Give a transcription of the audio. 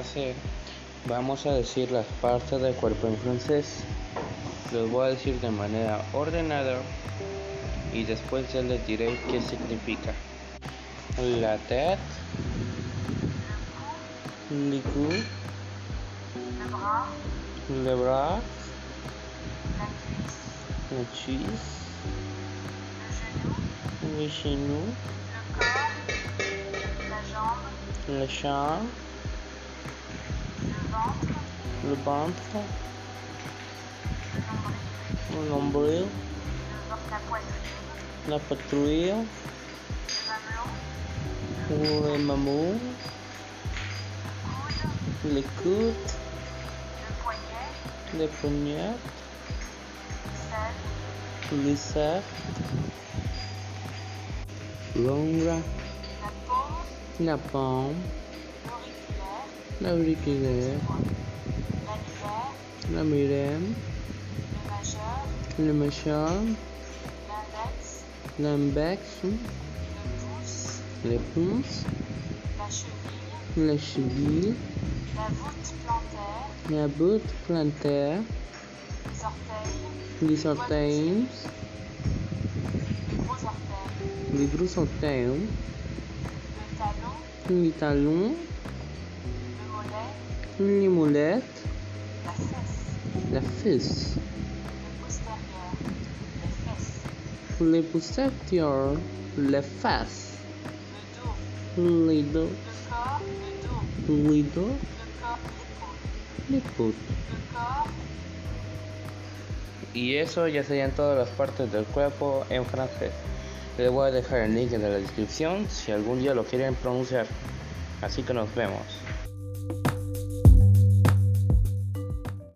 hacer, vamos a decir las partes del cuerpo en francés. Los voy a decir de manera ordenada y después ya les diré qué significa. La tête, le cou, le bras, le bras, la cuisse, la cuisse, le genou, le genou, le corps, la jambe, le champ, le ventre, le ventre, le nombril, le nombril, le ventre, la poitrine, la patrouille, le mamelon, le mamelon, le coude, le coude, le le poignet, poignet, l'aisselle, le cercle, l'ombre, la paume, la pomme, l'auriculaire, l'auriculaire, la la misère, mireille, le majeur, le machin, l'index, l'index, le pouce, les pouces, la cheville, la cheville, la voûte plantaire, la botte plantaire, les les orteils, orteils, les gros orteils, les gros orteils, le talon, les talons, le mollet, les molettes, la la fesse, fesse, le postérieur, les fesses, les postérieurs, les faces, le dos, les dos, le corps, le dos, les dos, le corps, l'épaule, les pouces. le corps, Y eso ya serían todas las partes del cuerpo en francés. Les voy a dejar el link en la descripción si algún día lo quieren pronunciar. Así que nos vemos.